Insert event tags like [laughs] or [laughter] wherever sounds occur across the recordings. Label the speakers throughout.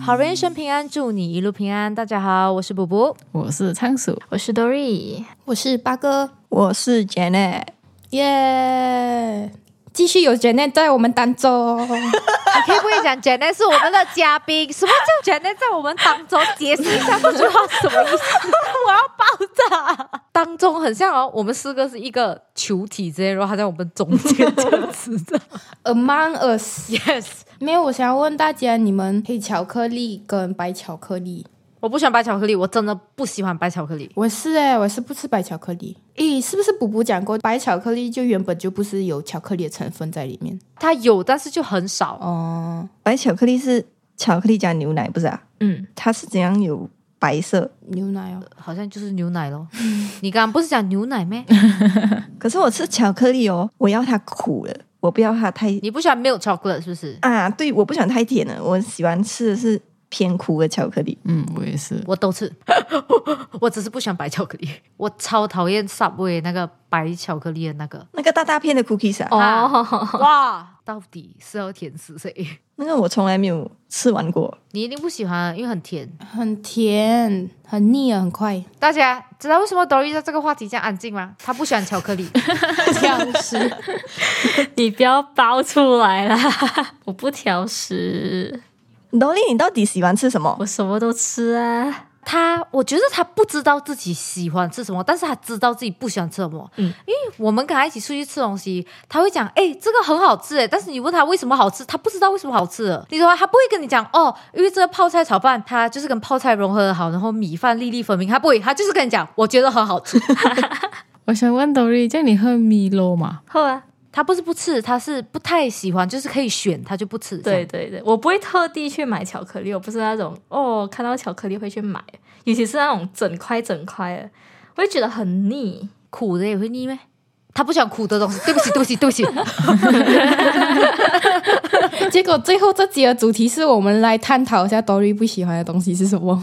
Speaker 1: 好人一生平安，祝你一路平安。大家好，我是卜卜，
Speaker 2: 我是仓鼠，
Speaker 1: 我是 Dory。
Speaker 3: 我是八哥，
Speaker 4: 我是 Janet，
Speaker 3: 耶、继续有 Janet 在我们当中，
Speaker 1: 你啊可以不可以讲 Janet 是我们的嘉宾？什么叫 Janet 在我们当中？解释一下这句话什么意思？我要爆炸！当中很像哦，我们四个是一个球体之类，然后他在我们中间这样子的。
Speaker 3: Among Us。
Speaker 1: yes，
Speaker 3: 没有，我想要问大家，你们黑巧克力跟白巧克力，
Speaker 1: 我不喜欢白巧克力，我真的不喜欢白巧克力。
Speaker 3: 我是哎、我是不吃白巧克力。咦，是不是补补讲过，白巧克力就原本就不是有巧克力的成分在里面？
Speaker 1: 它有，但是就很少。
Speaker 3: 哦、
Speaker 4: 白巧克力是巧克力加牛奶，不是啊？
Speaker 1: 嗯，
Speaker 4: 它是怎样有白色？
Speaker 3: 牛奶哦，
Speaker 1: 好像就是牛奶咯。你刚刚不是讲牛奶咩？
Speaker 4: 可是我吃巧克力哦，我要它苦的，我不要它太
Speaker 1: 你不喜欢 milk chocolate 是不是？
Speaker 4: 啊，对，我不喜欢太甜的，我喜欢吃的是偏苦的巧克力。
Speaker 2: 嗯，我也是，
Speaker 1: 我都吃，我只是不喜欢白巧克力，我超讨厌 Subway 那个白巧克力的那个。
Speaker 4: 那个大大片的 cookies 啊，
Speaker 1: 哦，哇，到底是要甜死谁？
Speaker 4: 那个我从来没有吃完过。
Speaker 1: 你一定不喜欢，因为很甜。
Speaker 3: 很甜，很腻啊，很快。
Speaker 1: 大家知道为什么 Dory 在这个话题这样安静吗？他不喜欢巧克力。
Speaker 3: 像是
Speaker 5: 你不要包出来啦！ [laughs] 我不挑食，
Speaker 4: 罗莉，你到底喜欢吃什么？
Speaker 5: 我什么都吃啊。
Speaker 1: 他，我觉得他不知道自己喜欢吃什么，但是他知道自己不喜欢吃什么。嗯，因为我们跟他一起出去吃东西，他会讲，哎、这个很好吃，哎，但是你问他为什么好吃，他不知道为什么好吃了。你知道吗？他不会跟你讲，哦，因为这个泡菜炒饭，它就是跟泡菜融合的好，然后米饭粒粒分明，他不会，他就是跟你讲，我觉得很好吃。
Speaker 2: 我想问 Dory，这样你喝米露吗？
Speaker 5: 后啊，
Speaker 1: 他不是不吃，他是不太喜欢，就是可以选，他就不吃。这
Speaker 5: 对
Speaker 1: 样，
Speaker 5: 对对，我不会特地去买巧克力，我不是那种哦，看到巧克力会去买，尤其是那种整块整块的，我会觉得很腻。
Speaker 1: 苦的也会腻咩？他不喜欢苦的东西，对不起，对不起，对不起。
Speaker 3: [laughs] 结果最后这集的主题是我们来探讨一下 Dory 不喜欢的东西是什么。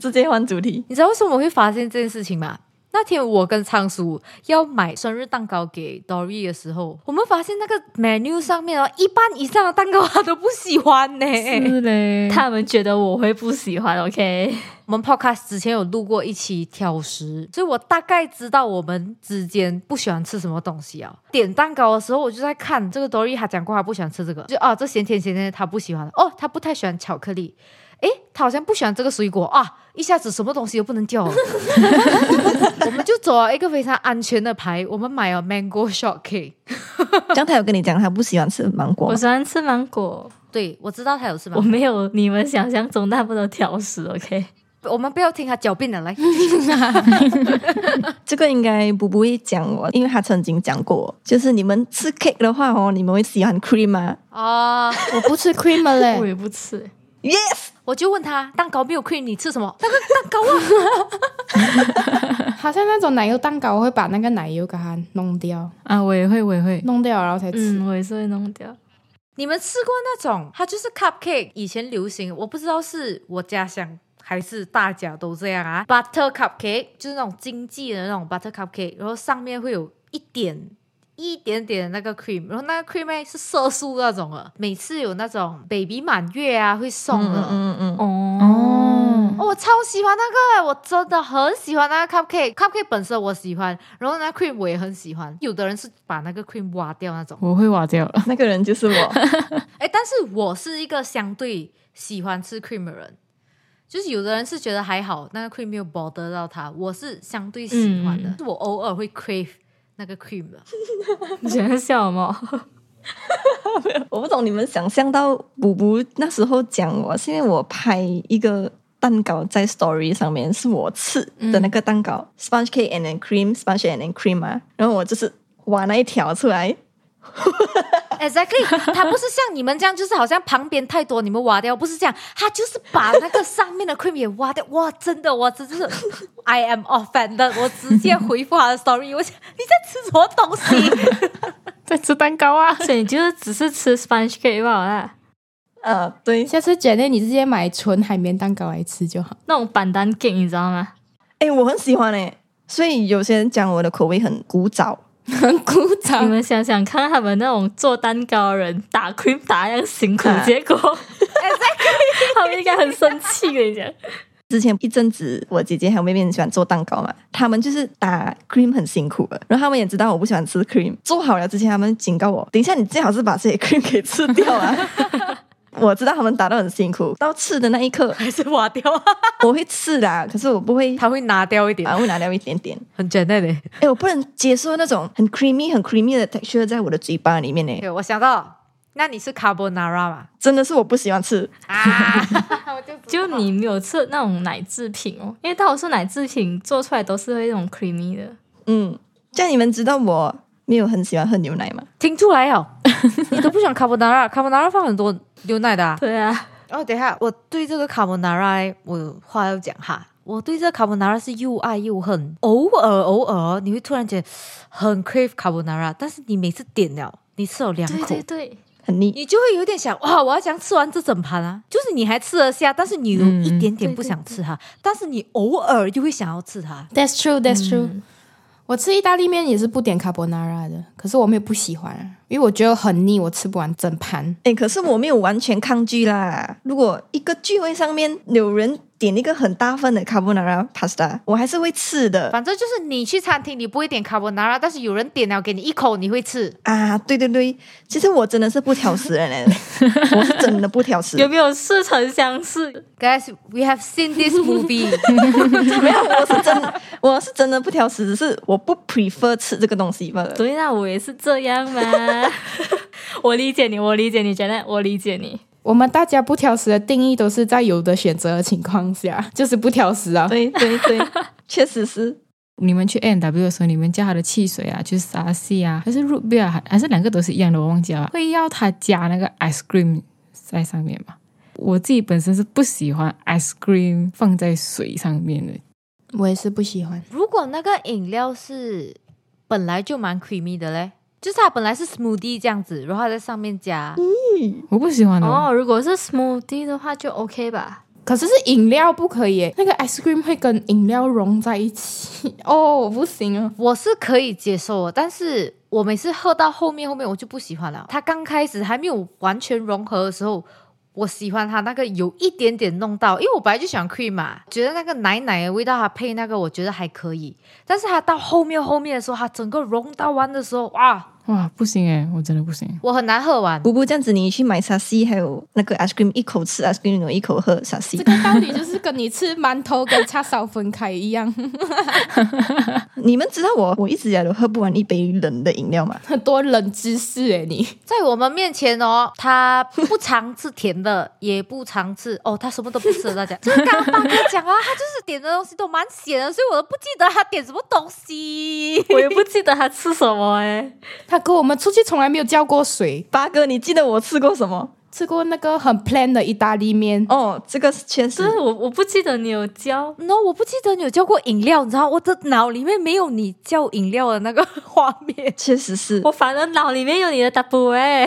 Speaker 4: 直接换主 [laughs] 题。
Speaker 1: 你知道为什么我会发现这件事情吗？那天我跟仓鼠要买生日蛋糕给 Dory 的时候，我们发现那个 menu 上面哦，一半以上的蛋糕他都不喜欢呢。
Speaker 2: 是嘞，
Speaker 5: 他们觉得我会不喜欢，OK？
Speaker 1: 我们 podcast 之前有录过一期挑食，所以我大概知道我们之间不喜欢吃什么东西啊。点蛋糕的时候，我就在看这个 Dory，他讲过他不喜欢吃这个，就啊这咸甜咸甜的他不喜欢，哦他不太喜欢巧克力，诶他好像不喜欢这个水果啊，一下子什么东西都不能掉了。 [laughs] 我们就走了一个非常安全的牌，我们买了 mango shortcake。
Speaker 4: 这样他有跟你讲他不喜欢吃芒果
Speaker 5: 我
Speaker 4: 吗？
Speaker 5: 喜欢吃芒果，
Speaker 1: 对，我知道他有吃
Speaker 5: 我
Speaker 1: 芒
Speaker 5: 没有你们想象中那么的挑食，OK？
Speaker 1: 我们不要听他狡辩了，来，
Speaker 4: 这个应该不不会讲我，因为他曾经讲过，就是你们吃 cake 的话哦，你们会喜欢 cream 吗
Speaker 1: 啊、
Speaker 3: 我不吃 cream 了嘞 [laughs]
Speaker 5: 我，也不吃，
Speaker 4: ？Yes，
Speaker 1: 我就问他蛋糕没有 cream，你吃什么？
Speaker 3: 好像那种奶油蛋糕，我会把那个奶油给它弄掉，
Speaker 2: 啊，我也会，我也会，
Speaker 3: 弄掉然后才吃。
Speaker 5: 嗯，我也是会弄掉。 [laughs]
Speaker 1: 你们吃过那种，它就是 cupcake，以前流行，我不知道是我家乡还是大家都这样啊。butter cupcake 就是那种经济的那种 butter cupcake，然后上面会有一点。一点点那个 cream，然后那个 cream 呢是色素那种的，每次有那种 baby 满月啊会送的，
Speaker 4: 嗯嗯，
Speaker 3: 哦
Speaker 2: 嗯
Speaker 5: 哦，
Speaker 1: 哦我超喜欢那个，我真的很喜欢那个 cupcake。cupcake 本身我喜欢，然后那 cream 我也很喜欢。有的人是把那个 cream 挖掉那种，
Speaker 2: 我会挖掉了。
Speaker 4: 那个人 [laughs] 就是我。哦
Speaker 1: 哎，但是我是一个相对喜欢吃 cream 的人，就是有的人是觉得还好，那个 cream 没有 bother 到他，我是相对喜欢的，
Speaker 5: 嗯
Speaker 1: 是我偶尔会 crave 那个 cream 的。
Speaker 5: 你喜欢笑吗？
Speaker 4: 我不懂你们想象到补补那时候讲我，是因为我拍一个蛋糕在 Story 上面，是我吃的那个蛋糕、sponge cake and then cream sponge and then cream 啊，然后我就是挖那一条出来，
Speaker 1: Exactly，它不是像你们这样，就是好像旁边太多你们挖掉，不是这样，它就是把那个上面的 cream 也挖掉。哇，真的，我真是 I am offended，我直接回复他的 story，我想你在吃什么东西？
Speaker 2: 在吃蛋糕啊，
Speaker 5: [laughs] 所以你就是只是吃 sponge cake 罢了啦，
Speaker 4: 呃，对，
Speaker 3: 下次 Jenny 你直接买纯海绵蛋糕来吃就好。
Speaker 5: 那种板蛋 cake 你知道吗？
Speaker 4: 哎，我很喜欢哎、所以有些人讲我的口味很古早，
Speaker 3: 很鼓
Speaker 5: [laughs] 你
Speaker 3: 掌，
Speaker 5: 们想想 [laughs] 啊看，他们那种做蛋糕的人打 cream 打得那样辛苦，
Speaker 4: 啊
Speaker 5: 结果 [laughs] 他们应该很生气，跟你讲。
Speaker 4: 之前一阵子，我姐姐还有妹妹很喜欢做蛋糕嘛，他们就是打 cream 很辛苦的，然后他们也知道我不喜欢吃 cream，做好了之前他们警告我，等一下你最好是把这些 [laughs] cream 给吃掉啊。 [laughs] 我知道他们打到很辛苦，到吃的那一刻
Speaker 1: 还是挖掉，
Speaker 4: 我会吃啦，可是我不会，
Speaker 1: [laughs] 他会拿掉一点
Speaker 4: 啊，，会拿掉一点点。
Speaker 1: 很简单的。
Speaker 4: 哎，我不能接受那种很 creamy 很 creamy 的 texture 在我的嘴巴里面呢，
Speaker 1: 对，我想到了，那你是 carbonara 吗？
Speaker 4: 真的是我不喜欢吃。
Speaker 1: 啊，我就
Speaker 5: 就你没有吃那种奶制品哦，因为大多数奶制品做出来都是会那种 creamy 的。
Speaker 4: 嗯，这样你们知道我没有很喜欢喝牛奶吗？
Speaker 1: [laughs] 听出来哦，你都不喜欢 carbonara，carbonara 放很多牛奶的、啊。
Speaker 5: 对啊，
Speaker 1: 哦，等一下，我对这个 carbonara 我有话要讲哈。我对这个 carbonara 是又爱又恨，偶尔偶尔你会突然间很 crave carbonara，但是你每次点了，你吃了两
Speaker 5: 对
Speaker 1: 口，
Speaker 5: 对对，
Speaker 4: 很腻。
Speaker 1: 你就会有点想哇，我要想吃完这整盘啊！就是你还吃得下，但是你有
Speaker 5: 嗯
Speaker 1: 一点点不想吃它，但是你偶尔又会想要吃它。
Speaker 3: [laughs] That's true, that's true、我吃意大利面也是不点 carbonara 的，可是我们也不喜欢、啊，因为我觉得很腻，我吃不完整盘。
Speaker 4: 哎，可是我没有完全抗拒啦。如果一个聚会上面有人点一个很大份的 carbonara pasta，我还是会吃的
Speaker 1: 反正就是你去餐厅，你不会点 carbonara，但是有人点了给你一口，你会吃。
Speaker 4: 啊。对对对，其实我真的是不挑食
Speaker 3: [laughs]
Speaker 4: 人嘞，我是真的不挑食。
Speaker 5: 有没有似曾相识？
Speaker 1: Guys, we have seen this movie
Speaker 4: 没有，我是真的，我是真的不挑食，只是我不 prefer 吃这个东西罢了。
Speaker 5: [laughs] 对啦，我也是这样嘛。 [laughs] 我理解你，我理解你，觉得我理解你。
Speaker 3: 我们大家不挑食的定义都是在有的选择的情况下， [laughs] 就是不挑食啊。
Speaker 4: 对对对，确实是。
Speaker 2: 你们去 N W 的时候，你们叫他的汽水啊，就是沙西啊，还是 root beer，啊还还是两个都是一样的，我忘记了。会要他加那个 ice cream 在上面吗？我自己本身是不喜欢 ice cream 放在水上面的，
Speaker 3: 我也是不喜欢。
Speaker 1: 如果那个饮料是本来就蛮 creamy 的嘞，就是它本来是 smoothie 这样子，然后它在上面加，
Speaker 2: 我不喜欢的。
Speaker 5: 哦，如果是 smoothie 的话就 OK 吧。
Speaker 3: 可是是饮料不可以耶，那个 ice cream 会跟饮料融在一起 [laughs] 哦，我不行啊。
Speaker 1: 我是可以接受的，但是我每次喝到后面后面我就不喜欢了。它刚开始还没有完全融合的时候。我喜欢它那个有一点点弄到，因为我本来就喜欢 cream 嘛，觉得那个奶奶的味道，它配那个我觉得还可以。但是它到后面后面的时候，它整个融到完的时候，哇，
Speaker 2: 哇，不行哎，我真的不行。
Speaker 1: 我很难喝完。
Speaker 4: 不不，这样子你去买沙西，还有那个 ice cream，一口吃 ice cream，然后一口喝沙西
Speaker 3: 这。个道理就是跟你吃馒头跟叉烧分开一样，
Speaker 4: 你们知道我我一直以来都喝不完一杯冷的饮料吗？
Speaker 3: 很 [laughs] 多冷知识诶，你
Speaker 1: 在我们面前哦，他不常吃甜的， [laughs] 也不常吃哦，他什么都不吃。大家就是刚刚八哥讲啊，他就是点的东西都蛮咸的，所以我都不记得他点什么东西。
Speaker 5: [laughs]
Speaker 1: [laughs]
Speaker 5: 我也不记得他吃什么哎。
Speaker 3: 他跟我们出去从来没有叫过水，
Speaker 4: 八哥，你记得我吃过什么？
Speaker 3: 吃过那个很 plain 的意大利面，
Speaker 4: 哦，这个是确实
Speaker 5: 就。 [laughs] 是我我不记得你有教
Speaker 1: no，我不记得你有叫过饮料，你知道我的脑里面没有你叫饮料的那个画面。 [laughs]
Speaker 4: 确实是
Speaker 5: [laughs] 我，反正脑里面有你的 double [laughs] 哎，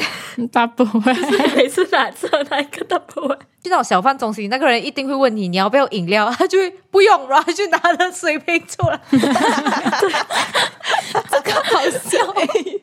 Speaker 2: 大不
Speaker 5: [laughs]
Speaker 2: 会，
Speaker 5: 每次拿着那一个 double 哎。
Speaker 1: 去那种小贩中心，那个人一定会问你你要不要饮料， [laughs] 他就会不用，然后他就拿了水 [laughs] 瓶出来。
Speaker 5: 哎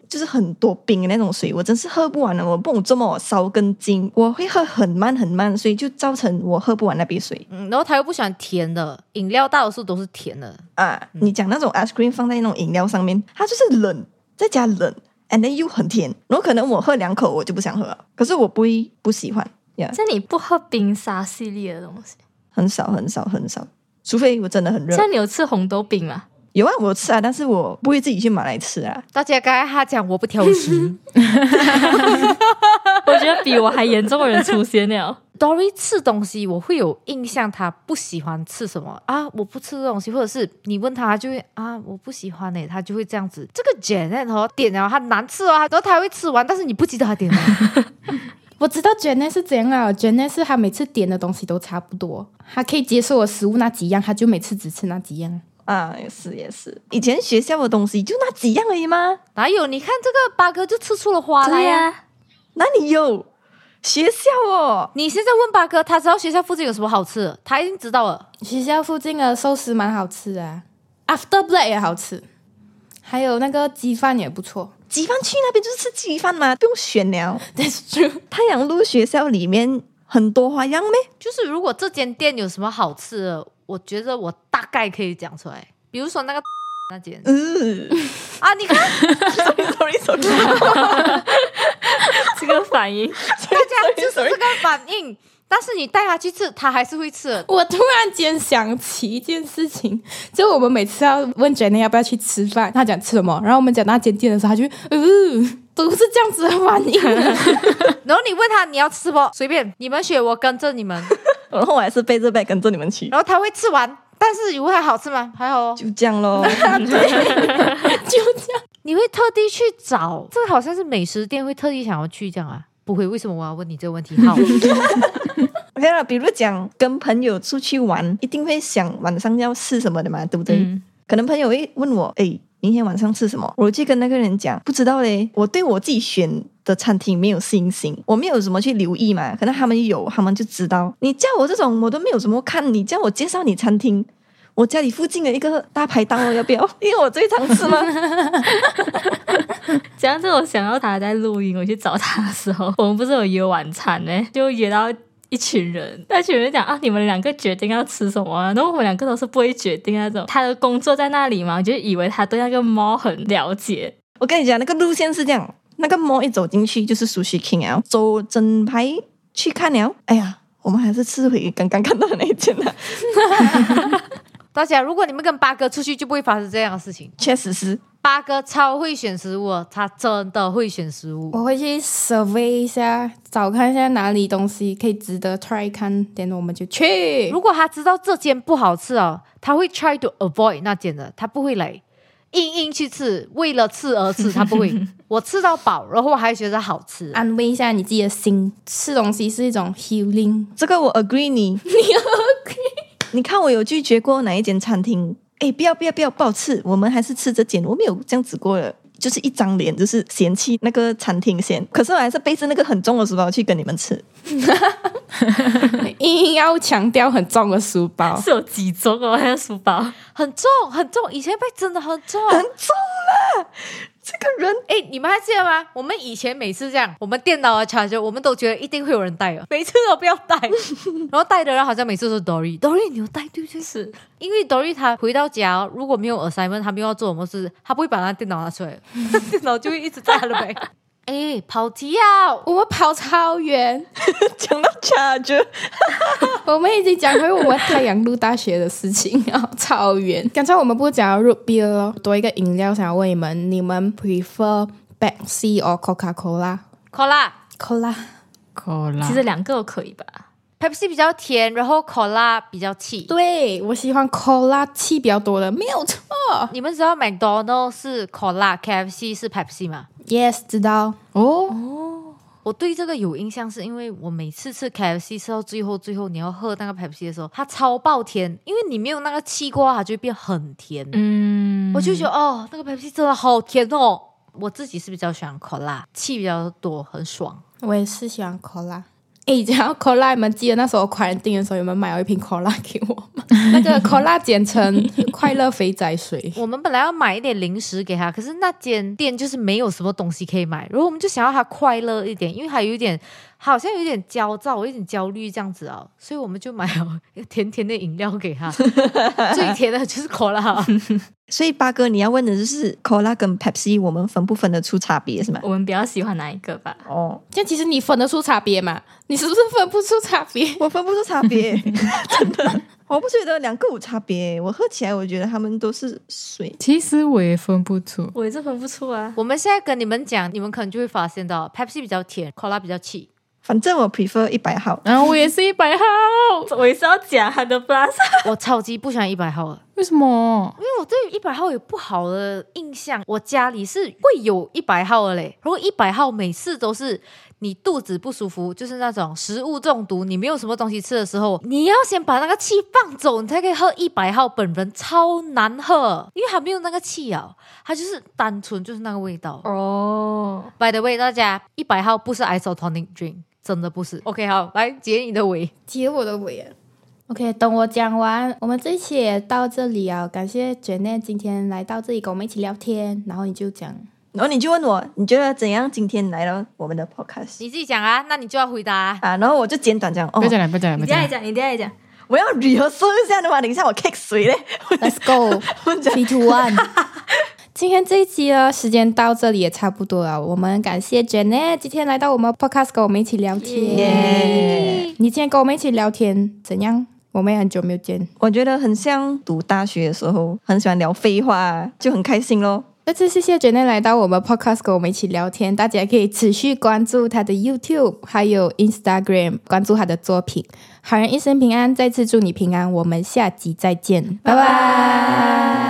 Speaker 4: 就是很多冰的那种水，我真是喝不完了。我不懂这么烧根筋，我会喝很慢很慢，所以就造成我喝不完那杯水
Speaker 1: 嗯，然后他又不喜欢甜的饮料，大多数都是甜的。
Speaker 4: 啊。你讲那种 ice cream 放在那种饮料上面，它就是冷，再加冷，and then 又很甜。然后可能我喝两口我就不想喝了，可是我不会不喜欢呀
Speaker 5: 像你不喝冰沙系列的东西，
Speaker 4: 很少很少很少，除非我真的很热。
Speaker 5: 像你有吃红豆饼吗？
Speaker 4: 有啊，我吃啊，但是我不会自己去买来吃啊。
Speaker 1: 大家刚才他讲我不挑食。
Speaker 5: 我觉得比我还严重的人出现 [laughs] 了。
Speaker 1: Dory 吃东西，我会有印象，他不喜欢吃什么啊？我不吃这东西，或者是你问他，他就会啊，我不喜欢呢、他就会这样子。这个 Janet 哦，点了他难吃哦，然后他会吃完，但是你不记得他点哦了。
Speaker 3: 我知道 Janet 是怎样啊，Janet 是她每次点的东西都差不多，她可以接受的食物那几样，她就每次只吃那几样。
Speaker 4: 啊，也是也是，以前学校的东西就那几样而已吗？
Speaker 1: 哪有？你看这个八哥就吃出了花来啊
Speaker 5: 对
Speaker 1: 呀、
Speaker 5: 呀、
Speaker 4: 哪里有学校哦？
Speaker 1: 你现在问八哥，他知道学校附近有什么好吃的，他已经知道了。
Speaker 3: 学校附近的寿司蛮好吃的、啊、，After Black 也好吃，还有那个鸡饭也不错。
Speaker 4: 鸡饭去那边就是吃鸡饭嘛，不用选了。
Speaker 3: That's true，
Speaker 4: 太阳路学校里面很多花样咩？
Speaker 1: 就是如果这间店有什么好吃的，我觉得我大概可以讲出来。比如说那个 [laughs] 那间
Speaker 4: 嗯 [laughs]
Speaker 1: 啊，你看
Speaker 4: ，sorry sorry sorry，哦
Speaker 5: 这个反应
Speaker 1: 大家就是这个反应， [laughs] 但是你带他去吃，他还是会吃的。
Speaker 3: 我突然间想起一件事情，就我们每次要问 Jenny 要不要去吃饭，他讲吃什么，然后我们讲那间店的时候，他就呃都是这样子的反应。
Speaker 1: 然后你问他你要吃不，随便你们选，我跟着你 [laughs] 们。
Speaker 4: [laughs] 然后我还是背着背跟着你们去，
Speaker 1: 然后他会吃完，但是你问他好吃吗？还好哦。
Speaker 4: 就这样 [laughs] 咯。
Speaker 1: 你会特地去找，这个好像是美食店会特地想要去这样啊？不会，为什么我要问你这个问题？ [laughs] 好，
Speaker 4: OK 了，比如讲跟朋友出去玩，一定会想晚上要吃什么的嘛，对不对？
Speaker 5: 嗯
Speaker 4: 可能朋友会问我，哎，明天晚上吃什么？我就跟那个人讲，不知道嘞，我对我自己选。的餐厅没有信心，我没有什么去留意嘛，可能他们有，他们就知道。你叫我这种，我都没有什么看，你叫我介绍你餐厅，我家里附近的一个大排档哦，要不要？ [laughs] 因为我最常吃嘛。
Speaker 5: 讲到这，我想到他在录音，我去找他的时 [laughs] 候，我们不是有约晚餐呢，就约到一群人，那群人讲啊，你们两个决定要吃什么、啊，然后我们两个都是不会决定那种。他的工作在那里嘛，我就以为他对那个猫很了解，
Speaker 4: 我跟你讲，那个路线是这样，那个 mall 一走进去就是 Sushi King 啊，走整排去看了，哎呀，我们还是吃回刚刚看到的那一间啊了，
Speaker 1: 大家如果你们跟八哥出去，就不会发生这样的事情。
Speaker 4: 确实是。
Speaker 1: 八哥超会选食物哦，他真的会选食物。
Speaker 3: [laughs] 我会去 survey 一下，找看一下哪里东西可以值得 try 看，等我们就去。
Speaker 1: 如果他知道这间不好吃哦，他会 try to avoid 那间的，他不会来硬硬去吃，为了吃而吃，他不 [laughs] 会。我吃到饱，然后我还觉得好吃。啊
Speaker 3: 安慰一下你自己的心，吃东西是一种 healing。
Speaker 4: 这个我 agree [laughs] 你，你 agree。你看我有拒绝过哪一间餐厅？哎，不要不要不要，不好吃，我们还是吃这间。我没有这样子过了，就是一张脸，就是嫌弃那个餐厅先。可是我还是背着那个很重的书包去跟你们吃。
Speaker 3: [laughs] 硬要强调很重的书包，
Speaker 5: 是有几重哦，那个书包。
Speaker 1: 很重很重，以前被真的很重。
Speaker 4: [laughs] 这个人
Speaker 1: 哎，你们还记得吗？我们以前每次这样，我们电脑的啊 charger，我们都觉得一定会有人带的，每次都不要带。然后带的人好像每次都是 Dory，Dory 你有带对不对？
Speaker 5: 是，
Speaker 1: 因为 Dory 他回到家如果没有 assignment，他没有要做什么事，他不会把他电脑拿出来，电脑就会一直在他的背。哎，跑题啊！
Speaker 3: [laughs] 我们跑超远，
Speaker 4: 讲到 charger，
Speaker 3: 我们已经讲回我们太阳路大学的事情啊，超远。刚才我们不是讲到 root beer 咯，多一个饮料，想要问你们，你们 prefer Pepsi or Coca Cola？Cola
Speaker 1: 可拉
Speaker 2: 可啦，
Speaker 5: 其实两个都可以吧。
Speaker 1: Pepsi 比较甜，然后可拉比较气。
Speaker 3: 对我喜欢 Cola 气比较多的，没有错。
Speaker 1: 你们知道 McDonald 是可拉，KFC 是 Pepsi 吗？
Speaker 3: Yes，知道。
Speaker 2: 哦，
Speaker 1: 我对这个有印象，是因为我每次吃 KFC 吃到最后，最后你要喝那个 Pepsi 的时候，它超爆甜，因为你没有那个气过，它就会变很甜。
Speaker 5: 嗯
Speaker 1: 我就觉得哦，那个 Pepsi 真的好甜哦。我自己是比较喜欢 Cola，气比较多，很爽。
Speaker 3: 我也是喜欢 Cola。哎，讲到 Cola，你们记得那时候 quarantine 的时候，有没有买了一瓶 Cola 给我 [laughs] 吗？那个 Cola 简称快乐肥仔水。
Speaker 1: 我们本来要买一点零食给他，可是那间店就是没有什么东西可以买，然后我们就想要他快乐一点，因为他有一点好像有点焦躁，有点焦虑这样子哦，所以我们就买了一个甜甜的饮料给他，最甜的就是 Cola。
Speaker 4: 所以八哥你要问的就是 Cola 跟 Pepsi 我们分不分得出差别是吗？
Speaker 5: 我们比较喜欢哪一个吧？
Speaker 4: 哦，
Speaker 3: 这样其实你分得出差别嘛？你是不是分不出差别？
Speaker 4: 我分不出差 [laughs] 别，真的，我不觉得两个有差别。我喝起来，我觉得他们都是水。
Speaker 2: 其实我也分不出，
Speaker 5: 我也是分不出啊。
Speaker 1: 我们现在跟你们讲，你们可能就会发现到 Pepsi 比较甜，Cola 比较气。 [laughs]
Speaker 4: 反正我 prefer 一百号，
Speaker 2: 然后我也是一百号，
Speaker 5: 哦我也是要讲他的 plus，
Speaker 1: 我超级不喜欢一百号的，
Speaker 2: 为什么
Speaker 1: 因？为我对一百号有不好的印象。我家里是会有一百号的嘞，如果一百号每次都是你肚子不舒服，就是那种食物中毒，你没有什么东西吃的时候，你要先把那个气放走，你才可以喝一百号。本人超难喝，因为它没有那个气啊，它就是单纯就是那个味道。
Speaker 5: 哦，
Speaker 1: By the way，大家一百号不是 isotonic drink，真的不是。OK，好，来解你的 [laughs] 围。
Speaker 3: 解我的围啊！OK，等我讲完，我们这一哦期也到这里啊。感谢 j a n e 今天来到这里跟我们一起聊天，然后你就讲
Speaker 4: 然后你就问我，你觉得怎样？今天来了我们的 podcast
Speaker 1: 你自己讲啊，那你就要回答、啊。
Speaker 4: 啊，然后我就简短讲哦
Speaker 2: 不要，讲了，不要讲了，不
Speaker 5: 你
Speaker 2: 要讲
Speaker 5: 等一下
Speaker 2: 了。
Speaker 5: 讲，你等一下讲。
Speaker 4: 我要 rehearsal 一下的嘛，等一下我 kick 谁嘞？ [laughs]
Speaker 3: Let's [laughs] go, three to one 。今天这一集呢，时间到这里也差不多了。我们感谢 Janet 今天来到我们 podcast 跟我们一起聊天。
Speaker 4: 耶
Speaker 3: 你今天跟我们一起聊天怎样？我们也很久没有见，
Speaker 4: 我觉得很像读大学的时候，很喜欢聊废话，啊就很开心咯。
Speaker 3: 再次谢谢 Janet 来到我们 podcast 跟我们一起聊天。大家可以持续关注她的 YouTube 还有 Instagram，关注她的作品。好人一生平安，再次祝你平安。我们下集再见，拜拜